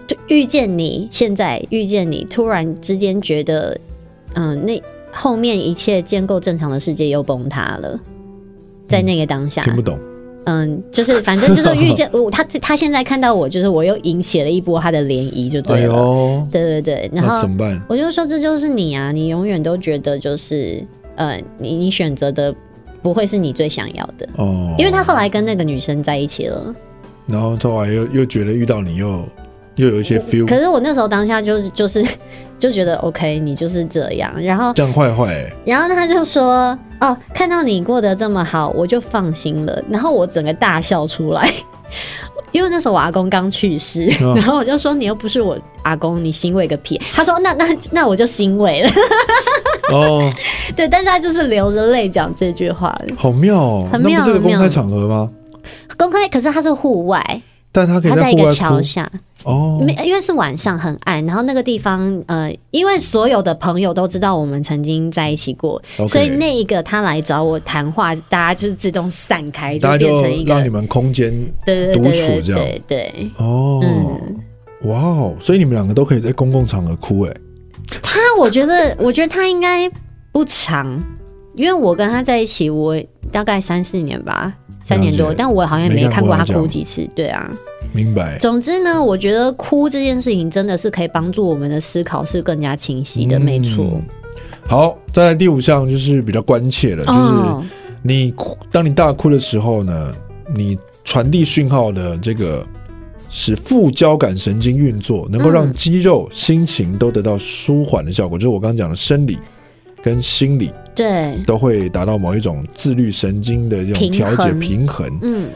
Speaker 1: 就遇见你，现在遇见你，突然之间觉得，嗯，那后面一切建构正常的世界又崩塌了。”
Speaker 2: 嗯
Speaker 1: 在那个当下，
Speaker 2: 听不懂，
Speaker 1: 嗯，就是反正就是遇见我，他他现在看到我，就是我又引起了一波他的涟漪，就
Speaker 2: 哎
Speaker 1: 对了。
Speaker 2: 呦，
Speaker 1: 对对对，然
Speaker 2: 那
Speaker 1: 后
Speaker 2: 怎么办？
Speaker 1: 我就说这就是你啊，你永远都觉得就是呃，你你选择的不会是你最想要的，
Speaker 2: 哦，
Speaker 1: 因为他后来跟那个女生在一起了。
Speaker 2: 然后后来又又觉得遇到你又又有一些 feel，
Speaker 1: 可是我那时候当下就是就是就觉得 OK，你就是这样。然后
Speaker 2: 这样坏坏欸，
Speaker 1: 然后他就说哦，看到你过得这么好，我就放心了。然后我整个大笑出来。 因为那时候我阿公刚去世，
Speaker 2: 嗯
Speaker 1: 然后我就说你又不是我阿公，你欣慰个屁！他说那那那我就欣慰了，
Speaker 2: 哦，
Speaker 1: 对，但是他就是流着泪讲这句话。
Speaker 2: 好妙哦，
Speaker 1: 很
Speaker 2: 那
Speaker 1: 妙
Speaker 2: 不是个
Speaker 1: 很
Speaker 2: 公
Speaker 1: 妙
Speaker 2: 开场合吗？
Speaker 1: 公开，可是他是户外，
Speaker 2: 但他可以
Speaker 1: 他在一
Speaker 2: 户
Speaker 1: 个
Speaker 2: 外
Speaker 1: 桥
Speaker 2: 哭
Speaker 1: 下，
Speaker 2: 哦
Speaker 1: 没，因为是晚上很暗，然后那个地方，呃，因为所有的朋友都知道我们曾经在一起过
Speaker 2: OK
Speaker 1: 所以那一个他来找我谈话，大家就是自动散开，就
Speaker 2: 大家
Speaker 1: 变
Speaker 2: 就
Speaker 1: 成一
Speaker 2: 让你
Speaker 1: 个
Speaker 2: 们空间
Speaker 1: 对对
Speaker 2: 独
Speaker 1: 对
Speaker 2: 处
Speaker 1: 对
Speaker 2: 这样
Speaker 1: 对对。
Speaker 2: 哦，
Speaker 1: 嗯
Speaker 2: 哇哦，所以你们两个都可以在公共场合哭哎，
Speaker 1: 他我觉得，我觉得他应该不长，因为我跟他在一起，我大概三四年吧，三年
Speaker 2: 了
Speaker 1: 多，
Speaker 2: 解
Speaker 1: 但我好像也
Speaker 2: 没
Speaker 1: 没
Speaker 2: 看
Speaker 1: 看
Speaker 2: 过
Speaker 1: 过他
Speaker 2: 他这样
Speaker 1: 哭几次，对啊。
Speaker 2: 明白？
Speaker 1: 总之呢，我觉得哭这件事情真的是可以帮助我们的思考是更加清晰的，没错
Speaker 2: 嗯。。好，再来第五项就是比较关切了，就是
Speaker 1: 哦，
Speaker 2: 你哭，当你大哭的时候呢，你传递讯号的这个使副交感神经运作，能够让
Speaker 1: 嗯
Speaker 2: 肌肉、心情都得到舒缓的效果，就是我刚刚讲的生理跟心理
Speaker 1: 对，
Speaker 2: 都会达到某一种自律神经的这种
Speaker 1: 平
Speaker 2: 调节
Speaker 1: 衡
Speaker 2: 平衡。
Speaker 1: 嗯，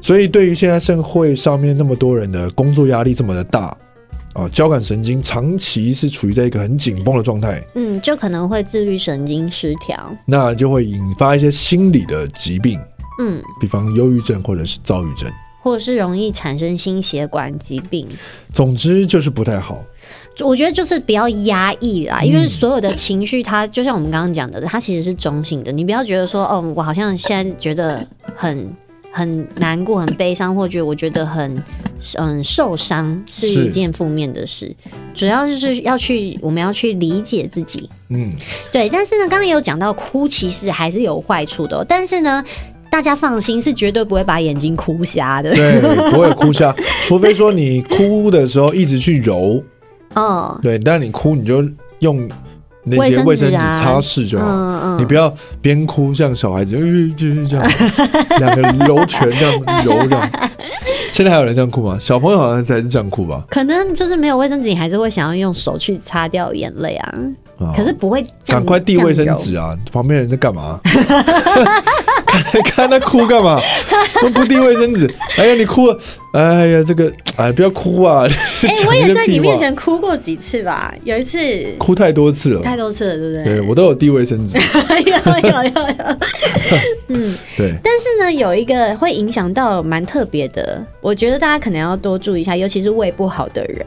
Speaker 2: 所以对于现在社会上面那么多人的工作压力这么的大。哦，交感神经长期是处于在一个很紧绷的状态，
Speaker 1: 嗯，就可能会自律神经失调。
Speaker 2: 那就会引发一些心理的疾病，
Speaker 1: 嗯，
Speaker 2: 比方忧郁症或者是躁郁症。
Speaker 1: 或者是容易产生心血管疾病，
Speaker 2: 总之就是不太好。
Speaker 1: 我觉得就是不要压抑啦，因为所有的情绪它，就像我们刚刚讲的，它其实是中性的。你不要觉得说，哦，我好像现在觉得很很难过、很悲伤，或者我觉得很嗯受伤，是
Speaker 2: 是
Speaker 1: 一件负面的事。主要就是要去，我们要去理解自己，
Speaker 2: 嗯，
Speaker 1: 对，但是呢，刚刚也有讲到哭其实还是有坏处的哦、但是呢，大家放心，是绝对不会把眼睛哭瞎的。
Speaker 2: 对，不会哭瞎，除非说你哭的时候一直去揉，
Speaker 1: 哦，
Speaker 2: 对，但你哭你就用那些卫
Speaker 1: 卫生
Speaker 2: 生纸
Speaker 1: 纸啊
Speaker 2: 擦拭就好。
Speaker 1: 嗯嗯，
Speaker 2: 你不要边哭像小孩子，呃就是 这样，两个揉拳这样揉这样。现在还有人这样哭吗？小朋友好像才是这样哭吧？
Speaker 1: 可能就是没有卫生纸，你还是会想要用手去擦掉眼泪啊。
Speaker 2: 啊
Speaker 1: 可是不会这样
Speaker 2: 赶快递卫生纸啊！旁边人在 干嘛？看看他哭干嘛？都不递卫生纸。哎呀，你哭了！哎呀，这个哎，不要哭啊！
Speaker 1: 这样揉。哎、
Speaker 2: 讲
Speaker 1: 我
Speaker 2: 这
Speaker 1: 也
Speaker 2: 些
Speaker 1: 在你
Speaker 2: 屁
Speaker 1: 面
Speaker 2: 话
Speaker 1: 前哭过几次吧，有一次
Speaker 2: 哭太多次了。
Speaker 1: 太多次了，对不
Speaker 2: 对
Speaker 1: 对？
Speaker 2: 我都有递卫生 纸。
Speaker 1: 有有有有。
Speaker 2: 对，
Speaker 1: 但是呢，有一个会影响到蛮特别的，我觉得大家可能要多注意一下，尤其是胃不好的人。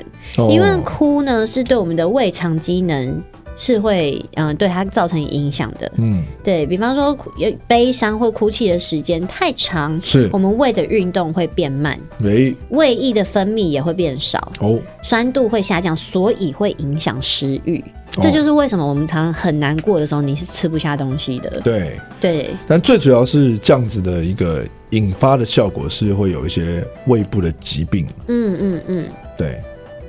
Speaker 1: 因为
Speaker 2: 哦
Speaker 1: 哭呢是对我们的胃肠机能是会嗯、呃对它造成影响的。
Speaker 2: 嗯
Speaker 1: 对比方说哭有悲伤或哭泣的时间太长，
Speaker 2: 是
Speaker 1: 我们胃的运动会变慢，
Speaker 2: 喂
Speaker 1: 胃液的分泌也会变少，
Speaker 2: 哦
Speaker 1: 酸度会下降，所以会影响食欲。
Speaker 2: 哦
Speaker 1: 这就是为什么我们常常很难过的时候，你是吃不下东西的。
Speaker 2: 对，
Speaker 1: 对，
Speaker 2: 但最主要是这样子的一个引发的效果是会有一些胃部的疾病，
Speaker 1: 嗯嗯嗯，
Speaker 2: 对。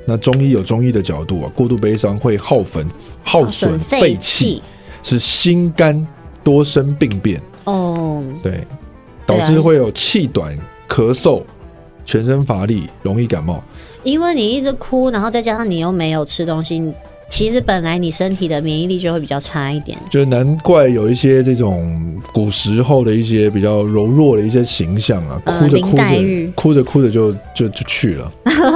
Speaker 2: 那中医有中医的角度啊，过度悲伤会耗损耗
Speaker 1: 哦
Speaker 2: 损肺气，，是心肝多生病变，
Speaker 1: 哦，
Speaker 2: 对，
Speaker 1: 对
Speaker 2: 导
Speaker 1: 啊
Speaker 2: 致会有气短、咳嗽、全身乏力、容易感冒。
Speaker 1: 因为你一直哭，然后再加上你又没有吃东西，其实本来你身体的免疫力就会比较差一点。
Speaker 2: 就是难怪有一些这种古时候的一些比较柔弱的一些形象啊，
Speaker 1: 呃
Speaker 2: 哭着
Speaker 1: 林
Speaker 2: 哭
Speaker 1: 黛玉
Speaker 2: 着哭着哭着就就就去了。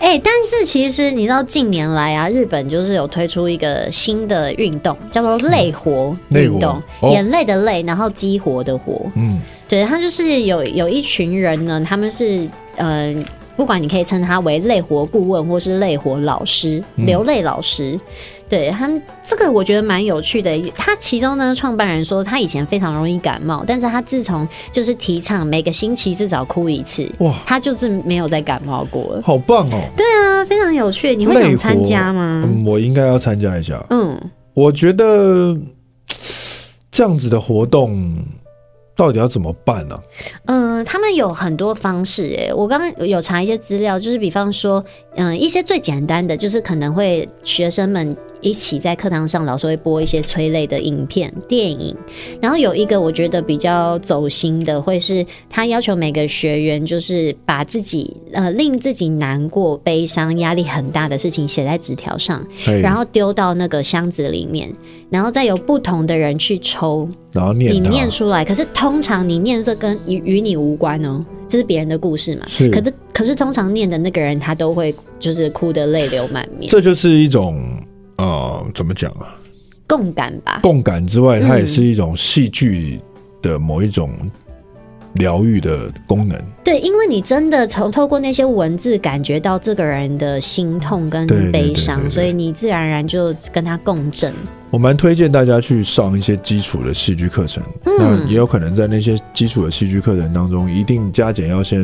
Speaker 1: 哎、但是其实你知道，近年来啊，日本就是有推出一个新的运动，叫做泪嗯活
Speaker 2: 泪
Speaker 1: 运
Speaker 2: 活
Speaker 1: 动，
Speaker 2: 哦
Speaker 1: 眼泪的泪，然后激活的活。
Speaker 2: 嗯，
Speaker 1: 对，他就是有有一群人呢，他们是嗯、呃不管你可以称他为累活顾问或是累活老师、流泪老师，对他们这个我觉得蛮有趣的。他其中呢，创办人说他以前非常容易感冒，但是他自从就是提倡每个星期至少哭一次，
Speaker 2: 哇，
Speaker 1: 他就是没有再感冒过了。
Speaker 2: 好棒哦！
Speaker 1: 对啊，非常有趣，你会想参加吗？
Speaker 2: 嗯，我应该要参加一下。
Speaker 1: 嗯，
Speaker 2: 我觉得嘖这样子的活动到底要怎么办啊呢、
Speaker 1: 嗯，他们有很多方式诶，我刚刚有查一些资料，就是比方说，嗯，一些最简单的，就是可能会学生们一起在课堂上，老师会播一些催泪的影片、电影，然后有一个我觉得比较走心的，会是他要求每个学员就是把自己呃令自己难过、悲伤、压力很大的事情写在纸条上，
Speaker 2: 嘿
Speaker 1: 然后丢到那个箱子里面，然后再由不同的人去抽，
Speaker 2: 然后念
Speaker 1: 你
Speaker 2: 它，
Speaker 1: 念出来，可是通常你念这跟与与你无关哦，这是别人的故事嘛。
Speaker 2: 是
Speaker 1: 可是可是通常念的那个人他都会就是哭得泪流满面，
Speaker 2: 这就是一种呃，怎么讲啊？
Speaker 1: 共感吧。
Speaker 2: 共感之外，它也
Speaker 1: 嗯
Speaker 2: 是一种戏剧的某一种疗愈的功能。
Speaker 1: 对，因为你真的从透过那些文字感觉到这个人的心痛跟
Speaker 2: 对对对
Speaker 1: 悲
Speaker 2: 对
Speaker 1: 伤，
Speaker 2: 对
Speaker 1: 所以你自然而然就跟他共振。
Speaker 2: 我蛮推荐大家去上一些基础的戏剧课程，
Speaker 1: 嗯
Speaker 2: 那也有可能在那些基础的戏剧课程当中，一定加减要先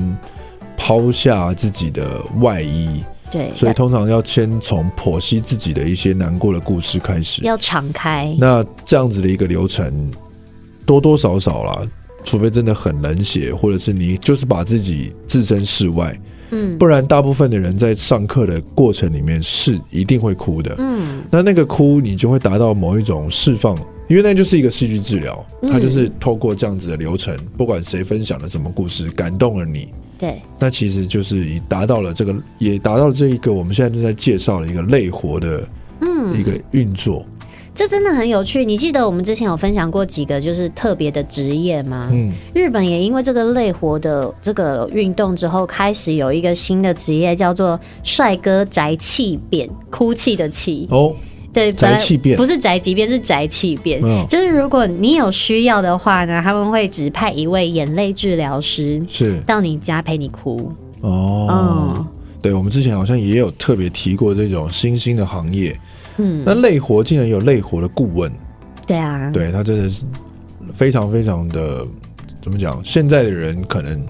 Speaker 2: 抛下自己的外衣，
Speaker 1: 对，
Speaker 2: 所以通常要先从剖析自己的一些难过的故事开始。
Speaker 1: 要要敞开。
Speaker 2: 那这样子的一个流程，多多少少啦，除非真的很冷血，或者是你就是把自己置身事外，
Speaker 1: 嗯
Speaker 2: 不然大部分的人在上课的过程里面是一定会哭的。
Speaker 1: 嗯，
Speaker 2: 那那个哭，你就会达到某一种释放，因为那就是一个戏剧治疗，
Speaker 1: 嗯
Speaker 2: 它就是透过这样子的流程，不管谁分享了什么故事，感动了你，
Speaker 1: 对，
Speaker 2: 那其实就是已达到了这个，也达到了这一个我们现在正在介绍的一个类活的
Speaker 1: 嗯，
Speaker 2: 一个运作。
Speaker 1: 这真的很有趣。你记得我们之前有分享过几个就是特别的职业吗？
Speaker 2: 嗯，
Speaker 1: 日本也因为这个类活的这个运动之后，开始有一个新的职业叫做“帅哥宅气变”，哭泣的气。
Speaker 2: 哦，
Speaker 1: 对，
Speaker 2: 宅
Speaker 1: 本来
Speaker 2: 气变
Speaker 1: 不是宅急便，是宅气变。
Speaker 2: 嗯
Speaker 1: 就是如果你有需要的话呢，他们会指派一位眼泪治疗师
Speaker 2: 是
Speaker 1: 到你家陪你哭。
Speaker 2: 哦，
Speaker 1: 嗯
Speaker 2: 对，我们之前好像也有特别提过这种新兴的行业，
Speaker 1: 嗯，
Speaker 2: 那类活竟然有类活的顾问，
Speaker 1: 对啊，
Speaker 2: 对他真的是非常非常的怎么讲？现在的人可能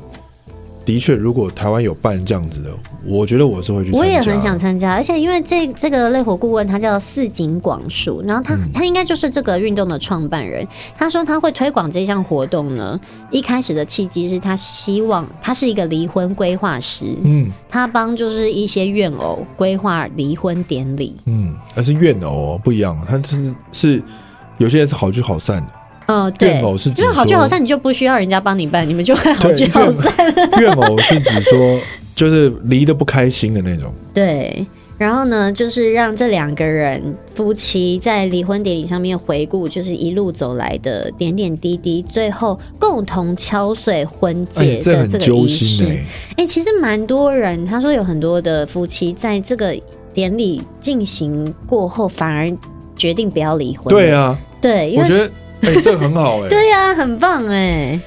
Speaker 2: 的确，如果台湾有办这样子的，我觉得我是会去参加。
Speaker 1: 我也很想参加，而且因为这这个类火顾问他叫四井广树，然后他、
Speaker 2: 嗯
Speaker 1: 他应该就是这个运动的创办人。他说他会推广这项活动呢，一开始的契机是他希望他是一个离婚规划师，
Speaker 2: 嗯
Speaker 1: 他帮就是一些怨偶规划离婚典礼。
Speaker 2: 嗯，但是怨偶哦不一样，他是是有些人是好聚好散的，
Speaker 1: 嗯、
Speaker 2: 怨
Speaker 1: 对
Speaker 2: 偶是，指
Speaker 1: 因为好聚
Speaker 2: 说
Speaker 1: 好散，你就不需要人家帮你办，你们就会好
Speaker 2: 对
Speaker 1: 聚好散。
Speaker 2: 怨怨偶是指说就是离得不开心的那种。
Speaker 1: 对，然后呢，就是让这两个人夫妻在离婚典礼上面回顾，就是一路走来的点点滴滴，最后共同敲碎婚
Speaker 2: 哎
Speaker 1: 戒，
Speaker 2: 这
Speaker 1: 的
Speaker 2: 很
Speaker 1: 这个
Speaker 2: 揪
Speaker 1: 仪式。
Speaker 2: 心哎、
Speaker 1: 哎、其实蛮多人，他说有很多的夫妻在这个典礼进行过后，反而决定不要离婚。
Speaker 2: 对，啊，
Speaker 1: 对，因
Speaker 2: 我
Speaker 1: 为
Speaker 2: 觉得哎、这很好哎、
Speaker 1: 对呀、很棒哎、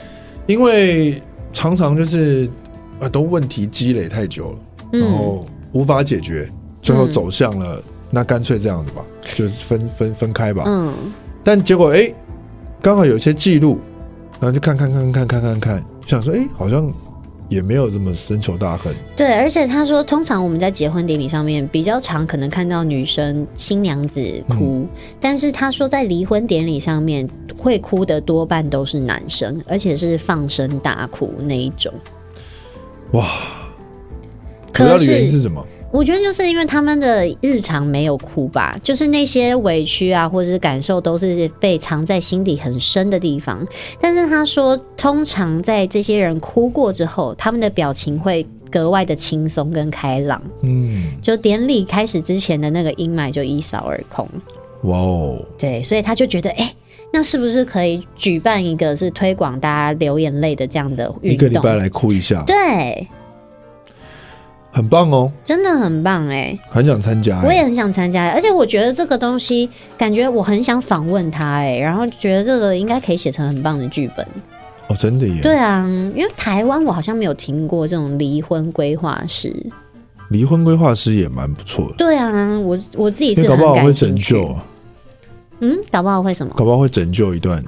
Speaker 2: 因为常常就是啊，都问题积累太久了，然
Speaker 1: 嗯，
Speaker 2: 后无法解决，最后走向了那干脆这样子吧，就是分分分开吧。
Speaker 1: 嗯，
Speaker 2: 但结果哎，刚好有一些记录，然后就看看看看看看看，想说哎，好像也没有这么深仇大恨。
Speaker 1: 对，而且他说，通常我们在结婚典礼上面比较常可能看到女生新娘子哭，
Speaker 2: 嗯
Speaker 1: 但是他说在离婚典礼上面会哭的多半都是男生，而且是放声大哭那一种。
Speaker 2: 哇，主要
Speaker 1: 可
Speaker 2: 的原因是
Speaker 1: 是
Speaker 2: 什么？
Speaker 1: 我觉得就是因为他们的日常没有哭吧，就是那些委屈啊或者是感受都是被藏在心底很深的地方。但是他说，通常在这些人哭过之后，他们的表情会格外的轻松跟开朗。
Speaker 2: 嗯，
Speaker 1: 就典礼开始之前的那个阴霾就一扫而空。
Speaker 2: 哇哦，
Speaker 1: 对，所以他就觉得，哎、那是不是可以举办一个是推广大家流眼泪的这样的
Speaker 2: 一
Speaker 1: 运
Speaker 2: 个礼
Speaker 1: 动？
Speaker 2: 拜来哭一下，
Speaker 1: 对，
Speaker 2: 很棒哦，
Speaker 1: 真的很棒哎、
Speaker 2: 很想参加欸。
Speaker 1: 我也很想参加，而且我觉得这个东西，感觉我很想访问他哎、然后觉得这个应该可以写成很棒的剧本。
Speaker 2: 哦，真的耶。
Speaker 1: 对啊，因为台湾我好像没有听过这种离婚规划师。
Speaker 2: 离婚规划师也蛮不错的，
Speaker 1: 对啊，我我自己
Speaker 2: 因
Speaker 1: 是
Speaker 2: 为搞
Speaker 1: 很
Speaker 2: 不好会
Speaker 1: 感
Speaker 2: 拯
Speaker 1: 兴趣
Speaker 2: 救。啊，
Speaker 1: 嗯，搞不好会什么？
Speaker 2: 搞不好会拯救一段。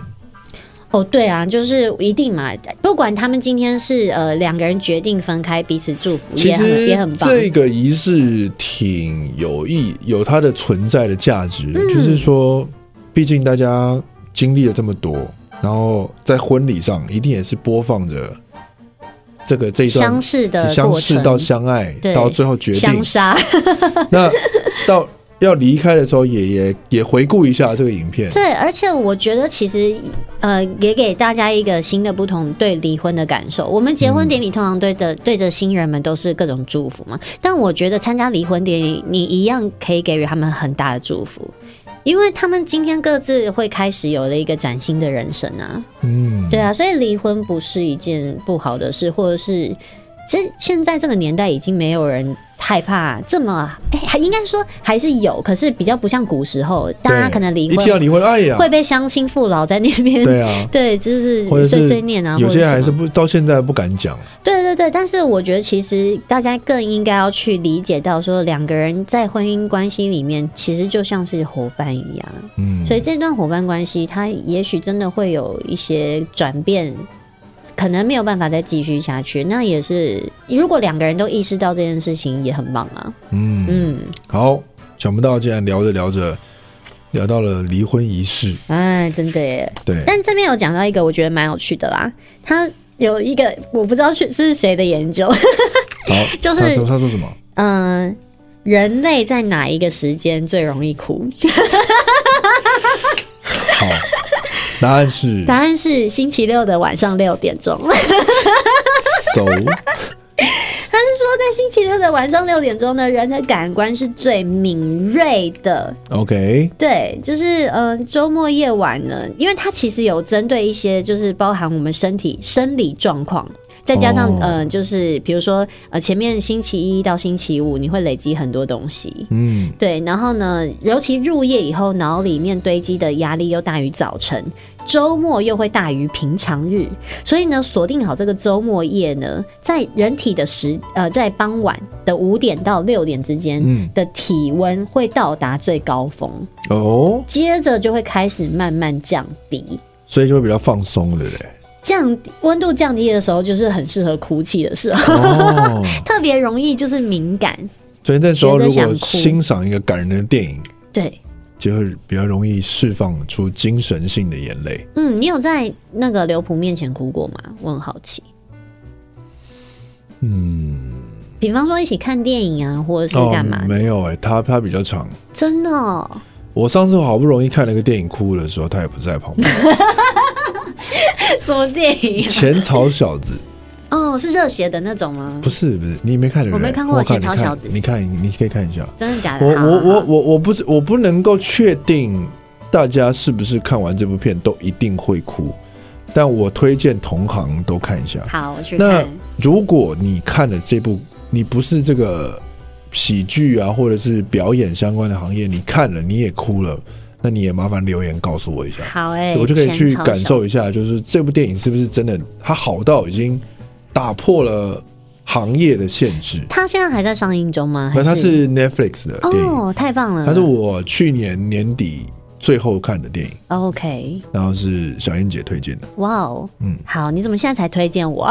Speaker 1: 哦，对啊，就是一定嘛，不管他们今天是呃两个人决定分开，彼此祝福，
Speaker 2: 其
Speaker 1: 也很
Speaker 2: 实
Speaker 1: 也很棒。
Speaker 2: 这个仪式挺有意，有它的存在的价值，
Speaker 1: 嗯
Speaker 2: 就是说，毕竟大家经历了这么多，然后在婚礼上一定也是播放着这个这一段
Speaker 1: 相似的
Speaker 2: 相
Speaker 1: 过
Speaker 2: 识
Speaker 1: 程，
Speaker 2: 到相爱，
Speaker 1: 对
Speaker 2: 到最后决
Speaker 1: 相，
Speaker 2: 定
Speaker 1: 杀，
Speaker 2: 那到要离开的时候也，也也回顾一下这个影片。
Speaker 1: 对，而且我觉得其实呃，也给大家一个新的不同对离婚的感受。我们结
Speaker 2: 嗯
Speaker 1: 婚典礼通常对的、对着新人们都是各种祝福嘛，但我觉得参加离婚典礼，你一样可以给予他们很大的祝福，因为他们今天各自会开始有了一个崭新的人生啊。
Speaker 2: 嗯，
Speaker 1: 对啊，所以离婚不是一件不好的事，或者是其实现在这个年代已经没有人害怕这么，哎、还应该说还是有，可是比较不像古时候，大家
Speaker 2: 对
Speaker 1: 可能离
Speaker 2: 一听到
Speaker 1: 婚
Speaker 2: 离婚，哎呀，
Speaker 1: 会被乡亲父老在那边。
Speaker 2: 对啊，
Speaker 1: 对，就是
Speaker 2: 或者
Speaker 1: 碎
Speaker 2: 是
Speaker 1: 碎念啊，
Speaker 2: 有些
Speaker 1: 或者
Speaker 2: 人还
Speaker 1: 什
Speaker 2: 是
Speaker 1: 么
Speaker 2: 不到现在不敢讲。
Speaker 1: 对对对。但是我觉得，其实大家更应该要去理解到，说两个人在婚姻关系里面，其实就像是伙伴一样。
Speaker 2: 嗯，
Speaker 1: 所以这段伙伴关系，它也许真的会有一些转变，可能没有办法再继续下去。那也是，如果两个人都意识到这件事情，也很棒啊。
Speaker 2: 嗯
Speaker 1: 嗯，
Speaker 2: 好，想不到竟然聊着聊着聊到了离婚仪式，
Speaker 1: 哎，真的耶。
Speaker 2: 对，
Speaker 1: 但这边有讲到一个我觉得蛮有趣的啦，他有一个我不知道是是谁的研究，
Speaker 2: 好，
Speaker 1: 就是
Speaker 2: 他说他说什么？
Speaker 1: 嗯、人类在哪一个时间最容易哭？
Speaker 2: 好，答案是
Speaker 1: 答案是星期六的晚上六点钟。
Speaker 2: 手，
Speaker 1: 星期六的晚上六点钟呢，人的感官是最敏锐的，
Speaker 2: OK，
Speaker 1: 对，就是嗯，周末夜晚呢，因为它其实有针对一些，就是包含我们身体生理状况，再加上、
Speaker 2: 哦
Speaker 1: 呃，就是比如说呃，前面星期一到星期五你会累积很多东西。
Speaker 2: 嗯，
Speaker 1: 对，然后呢，尤其入夜以后，脑里面堆积的压力又大于早晨，周末又会大于平常日，所以呢，锁定好这个周末夜呢，在人体的时呃，在傍晚的五点到六点之间
Speaker 2: 嗯
Speaker 1: 的体温会到达最高峰。
Speaker 2: 哦，
Speaker 1: 接着就会开始慢慢降低。
Speaker 2: 所以就会比较放松，对不对？
Speaker 1: 降低温度降低的时候，就是很适合哭泣的时候，
Speaker 2: 哦，
Speaker 1: 特别容易就是敏感。
Speaker 2: 所以那时候
Speaker 1: 觉得
Speaker 2: 如
Speaker 1: 想
Speaker 2: 果
Speaker 1: 哭
Speaker 2: 欣赏一个感人的电影，
Speaker 1: 对，
Speaker 2: 就会比较容易释放出精神性的眼泪。
Speaker 1: 嗯，你有在那个刘普面前哭过吗？我很好奇。嗯，比方说一起看电影啊，或者是干嘛的？
Speaker 2: 没有哎、他他比较长。
Speaker 1: 真的、哦，
Speaker 2: 我上次好不容易看了个电影哭的时候，他也不在旁边。
Speaker 1: 什么电影 啊？
Speaker 2: 浅草小子
Speaker 1: 哦，是热血的那种吗？
Speaker 2: 不是不是，你没看对不
Speaker 1: 我
Speaker 2: 对
Speaker 1: 没看过
Speaker 2: 我
Speaker 1: 浅
Speaker 2: 你
Speaker 1: 草
Speaker 2: 看
Speaker 1: 小子
Speaker 2: 你看，你可以看一下。
Speaker 1: 真的假的？
Speaker 2: 我
Speaker 1: 好
Speaker 2: 我
Speaker 1: 好
Speaker 2: 我
Speaker 1: 好
Speaker 2: 我我不是我不能够确定大家是不是看完这部片都一定会哭，但我推荐同行都看一下。
Speaker 1: 好，我去
Speaker 2: 那
Speaker 1: 看。
Speaker 2: 如果你看了这部，你不是这个喜剧啊，或者是表演相关的行业，你看了你也哭了，那你也麻烦留言告诉我一下，
Speaker 1: 好哎、
Speaker 2: 我就可以去
Speaker 1: 浅草
Speaker 2: 感
Speaker 1: 小
Speaker 2: 受一下，就是这部电影是不是真的它好到已经打破了行业的限制。
Speaker 1: 他现在还在上映中吗？
Speaker 2: 那它
Speaker 1: 还哦
Speaker 2: 是 Netflix 的电影，
Speaker 1: 哦，太棒了！
Speaker 2: 它是我去年年底最后看的电影，
Speaker 1: OK，
Speaker 2: 然后是小燕姐推荐的，
Speaker 1: 哇哦，
Speaker 2: 嗯，
Speaker 1: 好，你怎么现在才推荐 我？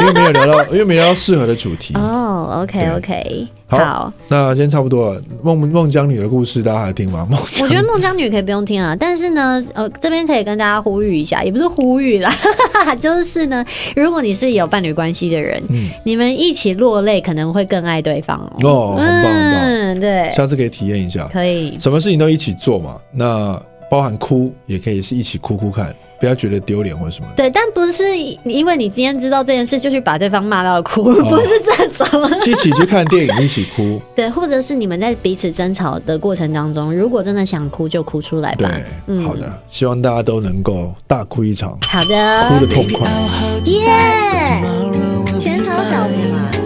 Speaker 2: 因为没有聊到，因为没聊到适合的主题。
Speaker 1: 哦，OK OK，
Speaker 2: 啊好那今天差不多了，孟孟姜女的故事大家还听吗？孟姜
Speaker 1: 我觉得孟姜女可以不用听啊，但是呢，呃，这边可以跟大家呼吁一下，也不是呼吁啦， 就是呢，如果你是有伴侣关系的人，
Speaker 2: 嗯
Speaker 1: 你们一起落泪可能会更爱对方哦。
Speaker 2: 哦，很棒很棒，
Speaker 1: 嗯，对，
Speaker 2: 下次可以体验一下，
Speaker 1: 可以，
Speaker 2: 什么事情都一起做嘛。那包含哭也可以是一起哭哭看，不要觉得丢脸或者什么的。
Speaker 1: 对，但不是因为你今天知道这件事就去把对方骂到哭，
Speaker 2: 哦
Speaker 1: 不是这种。
Speaker 2: 一起去看电影，一起哭，
Speaker 1: 对，或者是你们在彼此争吵的过程当中，如果真的想哭就哭出来
Speaker 2: 对
Speaker 1: 吧。，嗯
Speaker 2: 好的，希望大家都能够大哭一场，
Speaker 1: 好
Speaker 2: 哭
Speaker 1: 的
Speaker 2: 的，痛
Speaker 3: Baby, I
Speaker 2: 快
Speaker 3: will。hold you tight, so tomorrow will be
Speaker 1: 全场小
Speaker 3: fine.
Speaker 1: 子嘛。